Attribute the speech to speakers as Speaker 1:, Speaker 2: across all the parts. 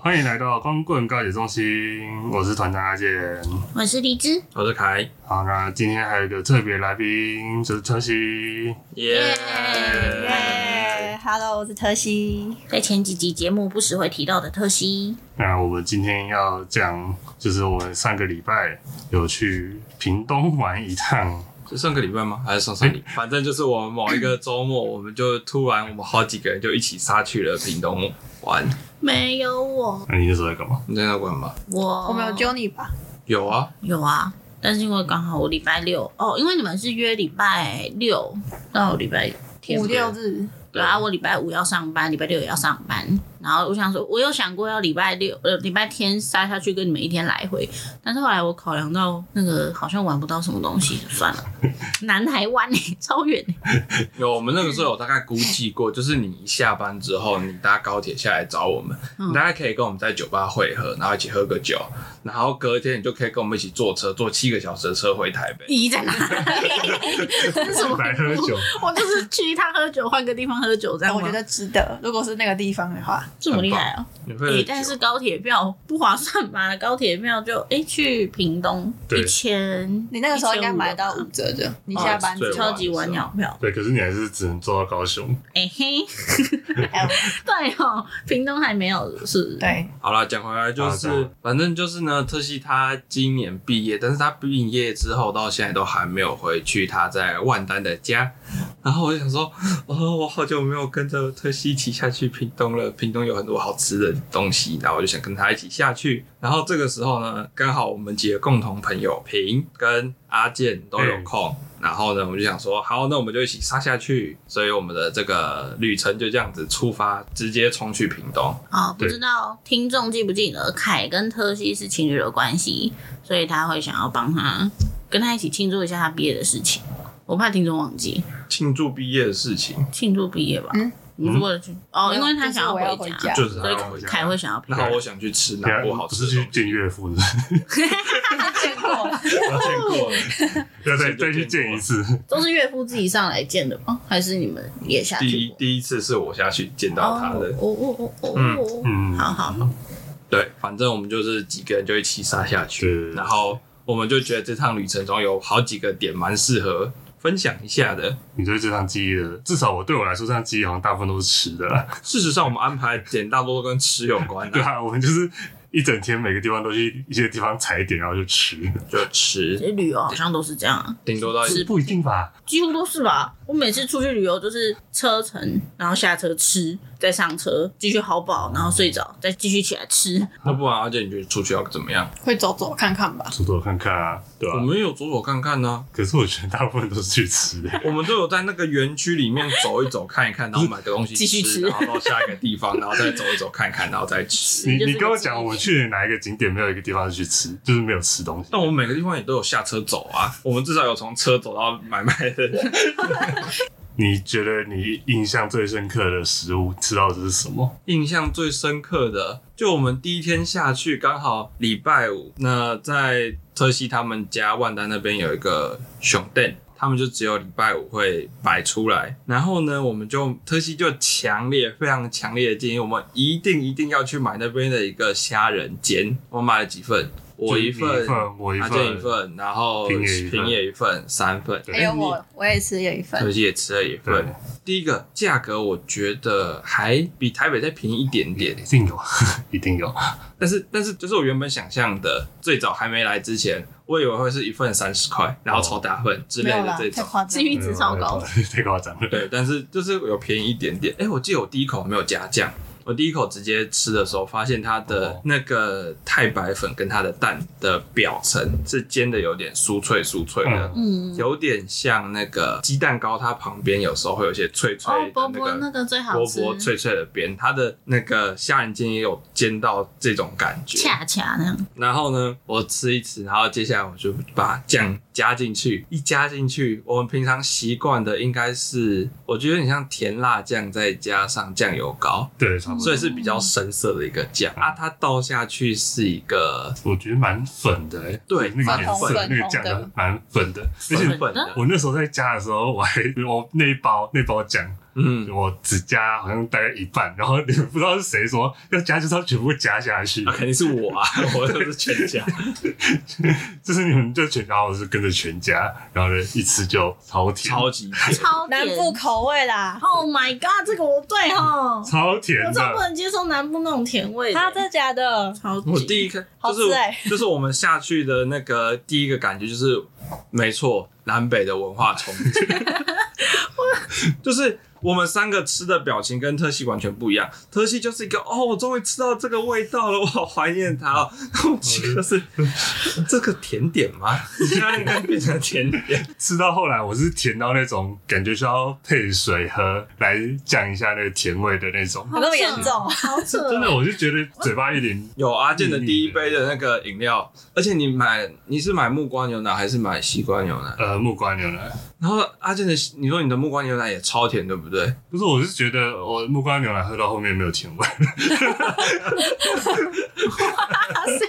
Speaker 1: 欢迎来到光棍告解中心，我是团长阿健。
Speaker 2: 我是荔枝，
Speaker 3: 我是凯，
Speaker 1: 好，那今天还有一个特别来宾，就是特西。
Speaker 3: 耶、
Speaker 4: 耶，Hello，我是特西。
Speaker 2: 在前几集节目不时会提到的特西，
Speaker 1: 那我们今天要讲，就是我们上个礼拜有去屏东玩一趟，
Speaker 3: 是上个礼拜吗？还是上上礼拜？反正就是我们某一个周末，我们就突然我们好几个人就一起杀去了屏东玩。
Speaker 2: 没有我，
Speaker 1: 那你那时候在干 嘛？
Speaker 3: 你在那玩吗？
Speaker 2: 我
Speaker 4: 我没有揪你吧？
Speaker 3: 有啊，
Speaker 2: 有啊，但是因为刚好我礼拜六哦，因为你们是约礼拜六到礼拜天
Speaker 4: 五
Speaker 2: 吧，
Speaker 4: 六日，
Speaker 2: 对啊，我礼拜五要上班，礼拜六也要上班，然后我想说，我有想过要礼拜六呃礼拜天杀下去跟你们一天来回，但是后来我考量到那个好像玩不到什么东西，算 了，南台湾呢、超远、欸，
Speaker 3: 有。啊我们那个时候有大概估计 过，就是你一下班之后，你搭高铁下来找我们，
Speaker 2: 嗯
Speaker 3: 你大概可以跟我们在酒吧汇合，然后一起喝个酒，然后隔天你就可以跟我们一起坐车，坐七个小时的车回台北。
Speaker 2: 你在哪里？这是什么？
Speaker 1: 来喝酒，
Speaker 2: 我就是去一趟喝酒，换个地方喝酒，这
Speaker 4: 但
Speaker 2: 样
Speaker 4: 我觉
Speaker 2: 吗
Speaker 4: 得值得。如果是那个地方的话，
Speaker 2: 这么厉害啊！
Speaker 3: 你
Speaker 2: 诶、
Speaker 3: 会，
Speaker 2: 但是高铁票 不划算吧？高铁票就诶、去屏东
Speaker 1: 对
Speaker 2: 一千，
Speaker 4: 你那个时候应该买到
Speaker 2: 1500
Speaker 4: 五
Speaker 2: 吧
Speaker 4: 折的。你下班
Speaker 3: 啊最晚
Speaker 2: 超级晚鸟票。
Speaker 1: 对，可是你还是只能坐到高雄。
Speaker 2: 诶、
Speaker 4: 哎
Speaker 2: 嘿，哎呦对哦，屏东还没有是，
Speaker 4: 对，
Speaker 3: 好了，讲回来就
Speaker 1: 好
Speaker 3: 是
Speaker 1: 的，
Speaker 3: 反正就是呢，特西他今年毕业，但是他毕业之后到现在都还没有回去他在万丹的家。 然后我就想说，哦，我好久没有跟着特西一起下去屏东了，屏东有很多好吃的东西，然后我就想跟他一起下去。然后这个时候呢，刚好我们几个共同朋友平跟阿健都有空。然后呢，我们就想说，好，那我们就一起杀下去。所以我们的这个旅程就这样子出发，直接冲去屏东。
Speaker 2: 哦，不
Speaker 1: 对
Speaker 2: 知道听众记不记得，凯跟特西是情侣的关系，所以他会想要帮他跟他一起庆祝一下他毕业的事情。我怕听众忘记
Speaker 3: 庆祝毕业的事情，
Speaker 2: 庆祝毕业吧。
Speaker 4: 嗯
Speaker 2: 你说的是哦，因为他想
Speaker 4: 就是我
Speaker 2: 要
Speaker 4: 要
Speaker 2: 回
Speaker 4: 回
Speaker 2: 家，
Speaker 4: 家
Speaker 3: 就是他
Speaker 2: 所以
Speaker 3: 要回家。
Speaker 2: 凯啊会想要陪
Speaker 3: 然后我想去吃南部好
Speaker 1: 啊不是
Speaker 3: 吃的
Speaker 1: 去
Speaker 3: 东西，
Speaker 1: 见岳父，是不是
Speaker 4: 见过了。
Speaker 3: 我见过 了。
Speaker 1: 要再再去见一次。
Speaker 2: 都是岳父自己上来见的吗？还是你们也下
Speaker 3: 第
Speaker 2: 去
Speaker 3: 一
Speaker 2: 过？
Speaker 3: 第一次是我下去见到他的，
Speaker 2: 哦哦哦哦哦，
Speaker 1: 嗯
Speaker 2: 好好好，
Speaker 3: 对，反正我们就是几个人就一起杀下去
Speaker 1: 对，
Speaker 3: 然后我们就觉得这趟旅程中有好几个点蛮适合分享一下的。
Speaker 1: 你对这趟记忆的，至少我对我来说，这趟记忆好像大部分都是吃的啦。
Speaker 3: 事实上，我们安排点大多都跟吃有关
Speaker 1: 对
Speaker 3: 的，
Speaker 1: 啊，我们就是一整天每个地方都去一些地方踩点，然后就吃，
Speaker 3: 就吃
Speaker 2: 其，实旅游好像都是这样啊，
Speaker 3: 顶多到
Speaker 2: 吃
Speaker 1: 不一定吧？
Speaker 2: 几乎都是吧。我每次出去旅游就是车程，然后下车吃，再上车继续好饱，然后睡着，再继续起来吃。
Speaker 3: 那不然，而且你觉得出去要怎么样？
Speaker 4: 会走走看看吧。
Speaker 1: 出走看看啊，对吧、
Speaker 3: 我们有走走看啊看呢，
Speaker 1: 可是我觉得大部分都是去吃的，
Speaker 3: 我们都有在那个园区里面走一走、看一看，然后买个东西
Speaker 2: 继续吃
Speaker 3: 然后到下一个地方，然后再走一走、看一看，然后再吃。
Speaker 1: 你
Speaker 2: 就是
Speaker 1: 你跟我
Speaker 2: 个记
Speaker 1: 讲，
Speaker 2: 忆
Speaker 1: 我去的哪一个景点没有一个地方是去吃，就是没有吃东西。
Speaker 3: 但我们每个地方也都有下车走啊，我们至少有从车走到买卖的。
Speaker 1: 你觉得你印象最深刻的食物吃到的是什么？
Speaker 3: 印象最深刻的，就我们第一天下去，刚好礼拜五，那在特西他们家万丹那边有一个熊店。他们就只有礼拜五会摆出来，然后呢，我们就特西就强烈、非常强烈的建议我们一定一定要去买那边的一个虾仁煎。我买了几份，我
Speaker 1: 就
Speaker 3: 一
Speaker 1: 你
Speaker 3: 份，
Speaker 1: 份，我一
Speaker 3: 阿健一份，然后
Speaker 1: 平野一份
Speaker 3: 平野一份，三份，
Speaker 1: 对
Speaker 4: 还有哎我，我也吃有一
Speaker 3: 可
Speaker 4: 份，
Speaker 3: 惜也吃了一份
Speaker 1: 对。
Speaker 3: 第一个价格我觉得还比台北再便宜一点点
Speaker 1: 一，定有， 一定有。
Speaker 3: 但是但是就是我原本想象的，最早还没来之前，我以为会是一份三十块，然后超大份之类
Speaker 4: 没有
Speaker 3: 的
Speaker 4: 啦
Speaker 3: 这，
Speaker 4: 太
Speaker 3: 种。
Speaker 4: 夸张
Speaker 2: 是。因为值超高，
Speaker 1: 呃 太夸张了。
Speaker 3: 对，但是就是有便宜一点点。哎、我记得我第一口没有加酱，我第一口直接吃的时候，发现它的
Speaker 1: 哦
Speaker 3: 那个太白粉跟它的蛋的表层是煎的有点酥脆酥脆的，
Speaker 1: 嗯
Speaker 2: 嗯，
Speaker 3: 有点像那个鸡蛋糕，它旁边有时候会有一些脆脆
Speaker 2: 哦，
Speaker 3: 的
Speaker 2: 波
Speaker 3: 那
Speaker 2: 波
Speaker 3: 个
Speaker 2: 那个最好
Speaker 3: 薄
Speaker 2: 吃，
Speaker 3: 薄脆脆的边，它的那个虾仁煎也有煎到这种感觉。
Speaker 2: 恰恰那样，
Speaker 3: 然后呢，我吃一吃，然后接下来我就把酱加进去，一加进去，我们平常习惯的应该是，我觉得有点像甜辣酱，再加上酱油膏。
Speaker 1: 对，差不
Speaker 3: 所
Speaker 1: 多
Speaker 3: 以。是比较深色的一个酱啊，它倒下去是一个
Speaker 1: 我觉得蛮粉的、欸，
Speaker 3: 对
Speaker 1: 那个
Speaker 3: 蛮
Speaker 1: 颜色
Speaker 3: 红，
Speaker 4: 粉
Speaker 1: 那个
Speaker 4: 红
Speaker 1: 酱
Speaker 4: 的
Speaker 1: 蛮粉的，而且
Speaker 3: 嗯粉粉的，
Speaker 1: 我那时候在家的时候，我还我那一包那包酱，
Speaker 3: 嗯，
Speaker 1: 我只加好像大概一半，然后你们不知道是谁说要加就是要全部加下去
Speaker 3: 那、，肯定是我啊， 我就是全家。
Speaker 1: 就是你们就全，然后我是跟着全加，然后呢一吃就超甜，
Speaker 3: 超级甜，
Speaker 2: 超
Speaker 4: 南
Speaker 2: 甜
Speaker 4: 部口味啦。
Speaker 2: Oh my god，这个我对哈，
Speaker 1: 超甜
Speaker 2: 我超不
Speaker 1: 的，
Speaker 2: 能接受南部那种甜味的，
Speaker 4: 它真的假的？
Speaker 2: 超级
Speaker 3: 我第一个
Speaker 4: 好
Speaker 3: 就
Speaker 4: 吃
Speaker 3: 是
Speaker 4: 欸
Speaker 3: 就是我们下去的那个第一个感觉就是，没错，南北的文化冲 击，就是我们三个吃的表情跟特西完全不一样。特西就是一个哦，我终于吃到这个味道了，我好怀念它 哦。我七个是这个甜点 吗？现在应该变成甜点，
Speaker 1: 吃到后来我是甜到那种感觉需要配水喝来降一下那个甜味的那种，
Speaker 4: 有那么严重？
Speaker 2: 好扯哦，
Speaker 1: 真的我就觉得嘴巴有点
Speaker 3: 有阿健的第一杯的那个饮料，而且你买你是买木瓜牛奶还是买西瓜牛奶？
Speaker 1: 呃木瓜牛奶。
Speaker 3: 然后阿健的你说你的木瓜牛奶也超甜，对不对？
Speaker 1: 不是，我是觉得我木瓜牛奶喝到后面没有甜味，
Speaker 2: 哇塞，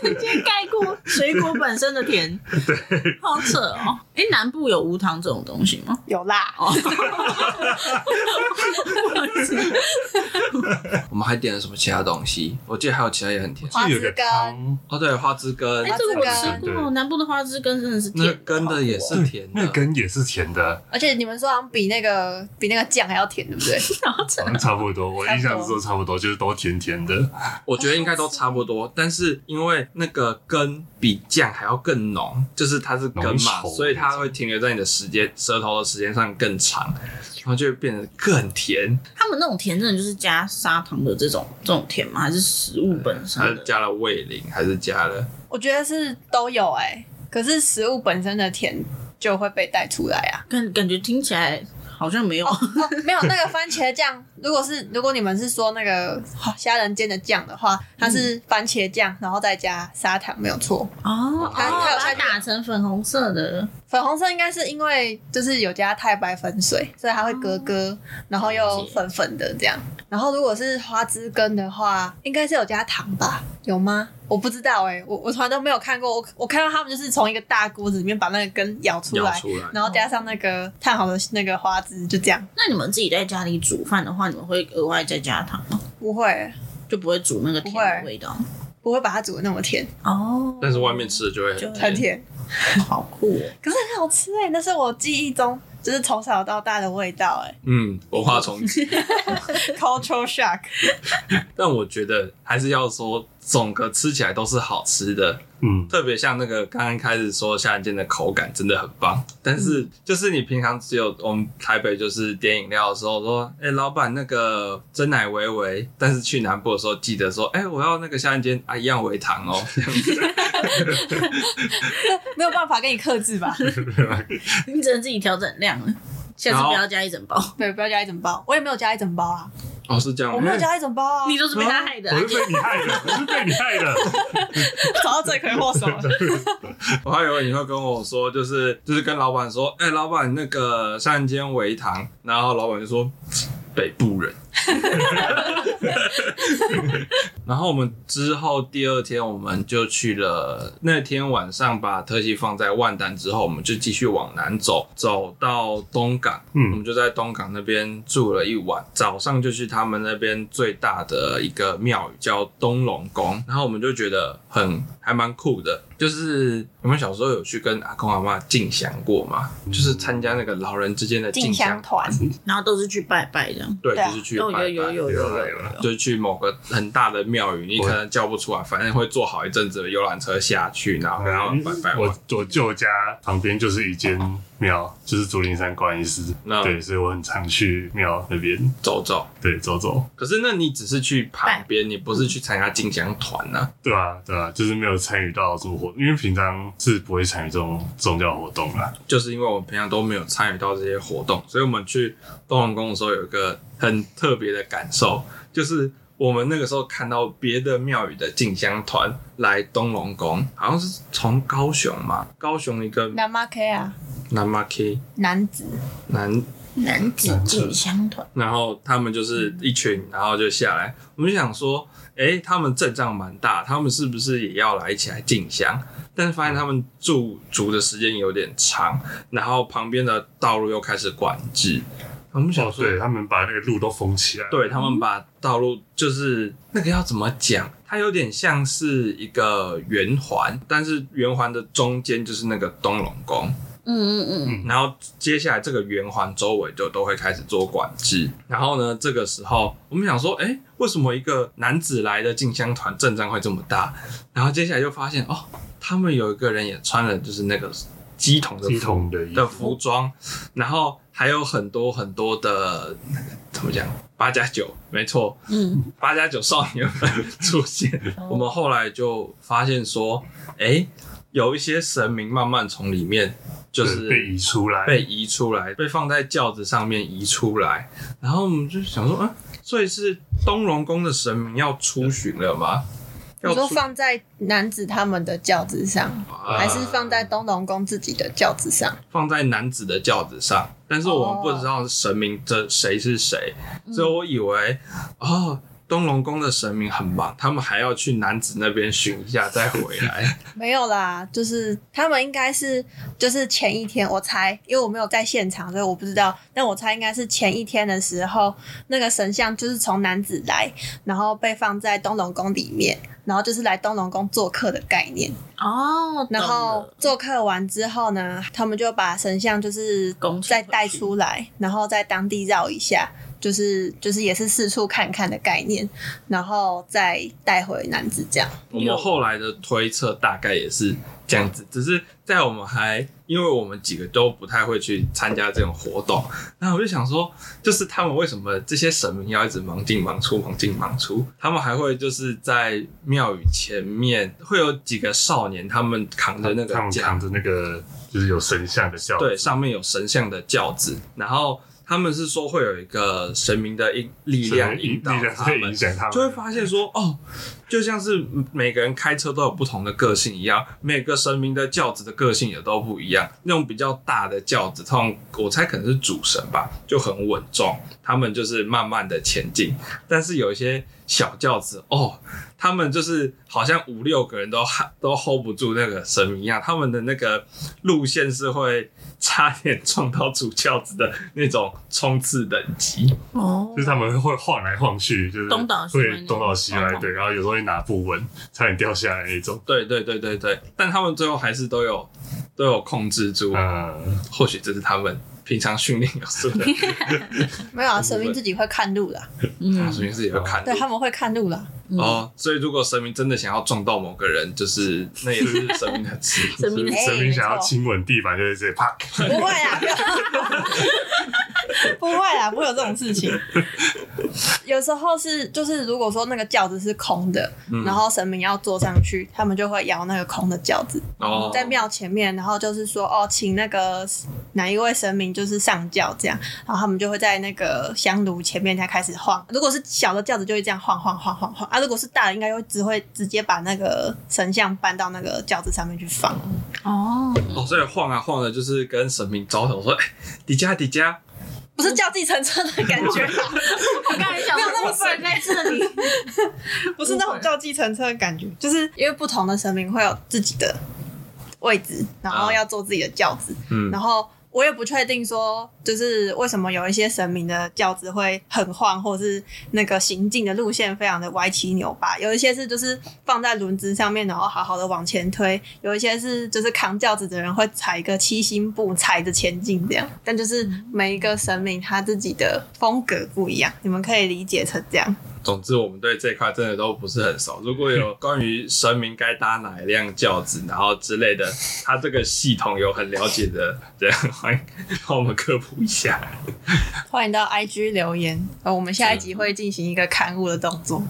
Speaker 2: 这 已经盖过水果本身的甜，对，好扯哦。哎、南部有无糖这种东西吗？
Speaker 4: 有辣，
Speaker 2: 哦，
Speaker 3: 我们还点了什么其他东西？我记得还有其他也很甜。
Speaker 4: 花
Speaker 1: 就
Speaker 4: 枝
Speaker 1: 有个
Speaker 4: 根
Speaker 1: 汤，
Speaker 3: 哦，对，花枝根
Speaker 2: 哎、，这个我
Speaker 4: 花
Speaker 2: 吃
Speaker 1: 枝
Speaker 2: 过，
Speaker 1: 根
Speaker 2: 南部的花枝根真的是
Speaker 3: 那
Speaker 2: 甜，
Speaker 3: 根的 也是甜
Speaker 1: 那
Speaker 3: 的。
Speaker 1: 根也是甜的，
Speaker 4: 而且你们说好像比那个比那个酱还要甜，对不对？
Speaker 2: 好扯
Speaker 1: 好。像差不多。我印象之中差不多，就是都甜甜的。
Speaker 3: 我觉得应该都差不多，但是因为那个根比酱还要更浓，就是它是根
Speaker 1: 浓
Speaker 3: 嘛，
Speaker 1: 稠
Speaker 3: 所以它会停留在你的时间舌头的时间上更长，然后就会变得更甜。
Speaker 2: 他们那种甜真的就是加砂糖的这种这种甜吗？还是食物本身
Speaker 3: 它
Speaker 2: 的？
Speaker 3: 加了味淋，还是加了
Speaker 4: 我觉得是都有哎、可是食物本身的甜就会被带出来啊。
Speaker 2: 感感觉听起来好像没有。
Speaker 4: 哦，没有那个番茄酱，如果是如果你们是说那个哦虾仁煎的酱的话，它是番茄酱，然后再加砂糖，没有错。
Speaker 2: 哦，
Speaker 4: 它它有
Speaker 2: 把它打成粉红色的，
Speaker 4: 粉红色应该是因为就是有加太白粉水，所以它会咯
Speaker 3: 哦
Speaker 4: 咯，然后又粉粉的这样。然后如果是花枝根的话，应该是有加糖吧？有吗？我不知道哎、我我从来都没有看过。我我看到他们就是从一个大锅子里面把那个根舀出
Speaker 3: 咬
Speaker 4: 来，
Speaker 3: 出来？
Speaker 4: 然后加上那个烫好的那个花枝，就这样。
Speaker 2: 那你们自己在家里煮饭的话，你们会额外再加糖吗？
Speaker 4: 不会
Speaker 2: 就不会煮那个甜的
Speaker 4: 不会
Speaker 2: 味道
Speaker 4: 不会把它煮的那么甜，
Speaker 2: 哦。
Speaker 3: 但是外面吃的就会
Speaker 2: 就会
Speaker 4: 很甜。
Speaker 2: 好酷哦！
Speaker 4: 可是很好吃哎、那是我记忆中就是从小到大的味道哎、
Speaker 3: 嗯，文化冲击。
Speaker 4: c u l t u r e shock。
Speaker 3: 但我觉得还是要说，整个吃起来都是好吃的，
Speaker 1: 嗯，
Speaker 3: 特别像那个刚刚开始说夏仁煎的口感真的很棒，但是就是你平常只有我们台北就是点饮料的时候说，哎、老板那个真奶维维，但是去南部的时候记得说，哎、我要那个夏仁煎啊，一样微糖哦，这样子
Speaker 4: 没有办法跟你克制吧？
Speaker 2: 你只能自己调整量了，下次不要加一整包。
Speaker 4: 对，不要加一整包，我也没有加一整包啊，
Speaker 3: 哦是这样
Speaker 4: 我没
Speaker 3: 吗
Speaker 4: 有？加一整包啊，
Speaker 2: 你都是被他害的啊、
Speaker 3: 嗯
Speaker 1: 我是被你害的，我是被你害的。
Speaker 4: 找到罪魁祸首了。
Speaker 3: 我还以为你会跟我说，就是就是跟老板说，哎、老板那个夏仁煎微糖，然后老板就说北部人。 然后我们之后第二天，我们就去了。那天晚上把特西放在万丹之后，我们就继续往南走，走到东港。
Speaker 1: 嗯
Speaker 3: 我们就在东港那边住了一晚，早上就去他们那边最大的一个庙宇，叫东龙宫。然后我们就觉得很还蛮酷的，就是你们小时候有去跟阿公阿妈进香过吗？就是参加那个老人之间的进
Speaker 4: 进香
Speaker 3: 香
Speaker 4: 团，
Speaker 2: 然后都是去拜拜这样。
Speaker 3: 对，
Speaker 4: 对啊
Speaker 3: 就是去
Speaker 2: 有
Speaker 3: 拜拜。
Speaker 2: 有有有有
Speaker 1: 啊
Speaker 2: 有有有。
Speaker 3: 就是去某个很大的庙宇，你可能叫不出来，反正会坐好一阵子的游览车下去，然后
Speaker 1: 嗯
Speaker 3: 然后拜拜完
Speaker 1: 我。我舅家旁边就是一间庙，就是竹林山观音寺
Speaker 3: 嗯，
Speaker 1: 对，所以我很常去庙那边，
Speaker 3: 走走。
Speaker 1: 对，走走，
Speaker 3: 可是那你只是去旁边，你不是去参加进香团呢、
Speaker 1: 对啊，对啊，就是没有参与到什么活动，因为平常是不会参与这种宗教活动啊啦。
Speaker 3: 就是因为我们平常都没有参与到这些活动，所以我们去东皇宫的时候有一个很特别的感受，就是我们那个时候看到别的庙宇的进香团来东龙宫，好像是从高雄嘛，高雄一个
Speaker 4: 南妈 K 啊，
Speaker 3: 南马 K
Speaker 4: 男子
Speaker 3: 南
Speaker 2: 男子进香团，
Speaker 3: 然后他们就是
Speaker 1: 嗯
Speaker 3: 一群，然后就下来，我们就想说，诶，他们阵仗蛮大，他们是不是也要来一起来进香？但是发现
Speaker 1: 嗯
Speaker 3: 他们驻足的时间有点长，然后旁边的道路又开始管制，我们想
Speaker 1: 哦，
Speaker 3: 说，
Speaker 1: 对他们把那个路都封起来，，
Speaker 3: 对他们把道路就是那个要怎么讲？它有点像是一个圆环，但是圆环的中间就是那个东龙宫，
Speaker 2: 嗯嗯嗯，
Speaker 3: 然后接下来这个圆环周围就都会开始做管制。然后呢，这个时候我们想说，哎、为什么一个男子来的进香团阵仗会这么大？然后接下来就发现哦，他们有一个人也穿了就是那个鸡筒的
Speaker 1: 系
Speaker 3: 服
Speaker 1: 统的一
Speaker 3: 的服装，然后还有很多很多的那个怎么讲八加九，没错，
Speaker 2: 嗯，
Speaker 3: 八加九少年们出现。我们后来就发现说，哎、有一些神明慢慢从里面就
Speaker 1: 对被
Speaker 3: 是
Speaker 1: 移出来，
Speaker 3: 被移出来，被放在轿子上面移出来，然后我们就想说，啊，所以是东荣宫的神明要出巡了吗？
Speaker 4: 你
Speaker 3: 要
Speaker 4: 说
Speaker 3: 出
Speaker 4: 放在男子他们的轿子上，
Speaker 3: 啊
Speaker 4: 还是放在东龙宫自己的轿子上？
Speaker 3: 放在男子的轿子上，但是我们不知
Speaker 4: 哦
Speaker 3: 道神明这谁是谁，
Speaker 4: 嗯
Speaker 3: 所以我以为哦，东龙宫的神明很忙，他们还要去男子那边巡一下再回来。
Speaker 4: 没有啦，就是他们应该是就是前一天，我猜，因为我没有在现场，所以我不知道。但我猜应该是前一天的时候，那个神像就是从男子来，然后被放在东龙宫里面，然后就是来东龙宫做客的概念。
Speaker 2: 哦，
Speaker 4: 然后
Speaker 2: 懂了
Speaker 4: 做客完之后呢，他们就把神像就是
Speaker 2: 拱手
Speaker 4: 再带出来，然后在当地绕一下，就是就是也是四处看看的概念，然后再带回男子这样。
Speaker 3: 我们后来的推测大概也是这样子，只是在我们还因为我们几个都不太会去参加这种活动，那我就想说，就是他们为什么这些神明要一直忙进忙出、忙进忙出？他们还会就是在庙宇前面会有几个少年，他们扛着那个
Speaker 1: 他们
Speaker 3: 架
Speaker 1: 扛着那个就是有神像的轿子，
Speaker 3: 对，上面有神像的轿子，然后他们是说会有一个神明的引力
Speaker 1: 所以
Speaker 3: 量
Speaker 1: 力
Speaker 3: 引导
Speaker 1: 力量
Speaker 3: 他
Speaker 1: 会
Speaker 3: 们
Speaker 1: 影，响他们，
Speaker 3: 就会发现说哦，就像是每个人开车都有不同的个性一样，每个神明的轿子的个性也都不一样。那种比较大的轿子，通常我猜可能是主神吧，就很稳重，他们就是慢慢的前进。但是有一些小轿子哦，他们就是好像五六个人都都 hold 不住那个神明一样，他们的那个路线是会差点撞到主轿子的那种冲刺等级。
Speaker 2: 哦
Speaker 1: 就，是他们会晃来晃去，就是
Speaker 2: 东倒西歪那
Speaker 1: 会
Speaker 2: 种
Speaker 1: 东倒西
Speaker 2: 晃
Speaker 1: 歪，
Speaker 2: 晃
Speaker 1: 对，然后有时候会拿不稳，差点掉下来那种。
Speaker 3: 对对对对对，但他们最后还是都有都有控制住，
Speaker 1: 嗯，
Speaker 3: 或许这是他们平常训练有素的，
Speaker 4: 嗯 没有啊，神明自己会看路啦，
Speaker 2: 嗯，
Speaker 3: 所以自己会看
Speaker 4: 对他们会看路 啦。
Speaker 2: 嗯
Speaker 3: 哦，所以如果神明真的想要撞到某个人，就是那也是神明的 职
Speaker 2: 神明的
Speaker 4: 哎
Speaker 1: 神明想要
Speaker 4: 没错
Speaker 1: 亲吻地板，就是这 啪，
Speaker 4: 不会 啦，不要不会啦，不会有这种事情。有时候是就是，如果说那个轿子是空的，然后神明要坐上去，他们就会摇那个空的轿子，
Speaker 3: 哦，
Speaker 4: 在庙前面，然后就是说哦，请那个哪一位神明就是上轿这样，然后他们就会在那个香炉前面才开始晃。如果是小的轿子，就会这样晃晃晃晃晃啊；如果是大的，应该会只会直接把那个神像搬到那个轿子上面去放。
Speaker 2: 哦，
Speaker 3: 哦，所以晃啊晃的，就是跟神明招手说：“哎、迪迦迪迦，
Speaker 4: 不是叫计程车的感觉啊，
Speaker 2: 我刚才想
Speaker 4: 没有那
Speaker 2: 说，
Speaker 4: 么欸
Speaker 2: 我本来在这里，
Speaker 4: 不是那种叫计程车的感觉，就是因为不同的神明会有自己的位置，然后要坐自己的轿子，
Speaker 3: 嗯
Speaker 4: 然后我也不确定说，就是为什么有一些神明的轿子会很晃，或是那个行进的路线非常的歪七扭八。有一些是就是放在轮子上面，然后好好的往前推；有一些是就是扛轿子的人会踩一个七星步，踩着前进这样。但就是每一个神明他自己的风格不一样，你们可以理解成这样。
Speaker 3: 总之，我们对这一块真的都不是很熟。如果有关于神明该搭哪一辆轿子，然后之类的，他这个系统有很了解的人，欢迎帮我们科普一下。
Speaker 4: 欢迎到 IG 留言，呃，我们下一集会进行一个刊物的动作。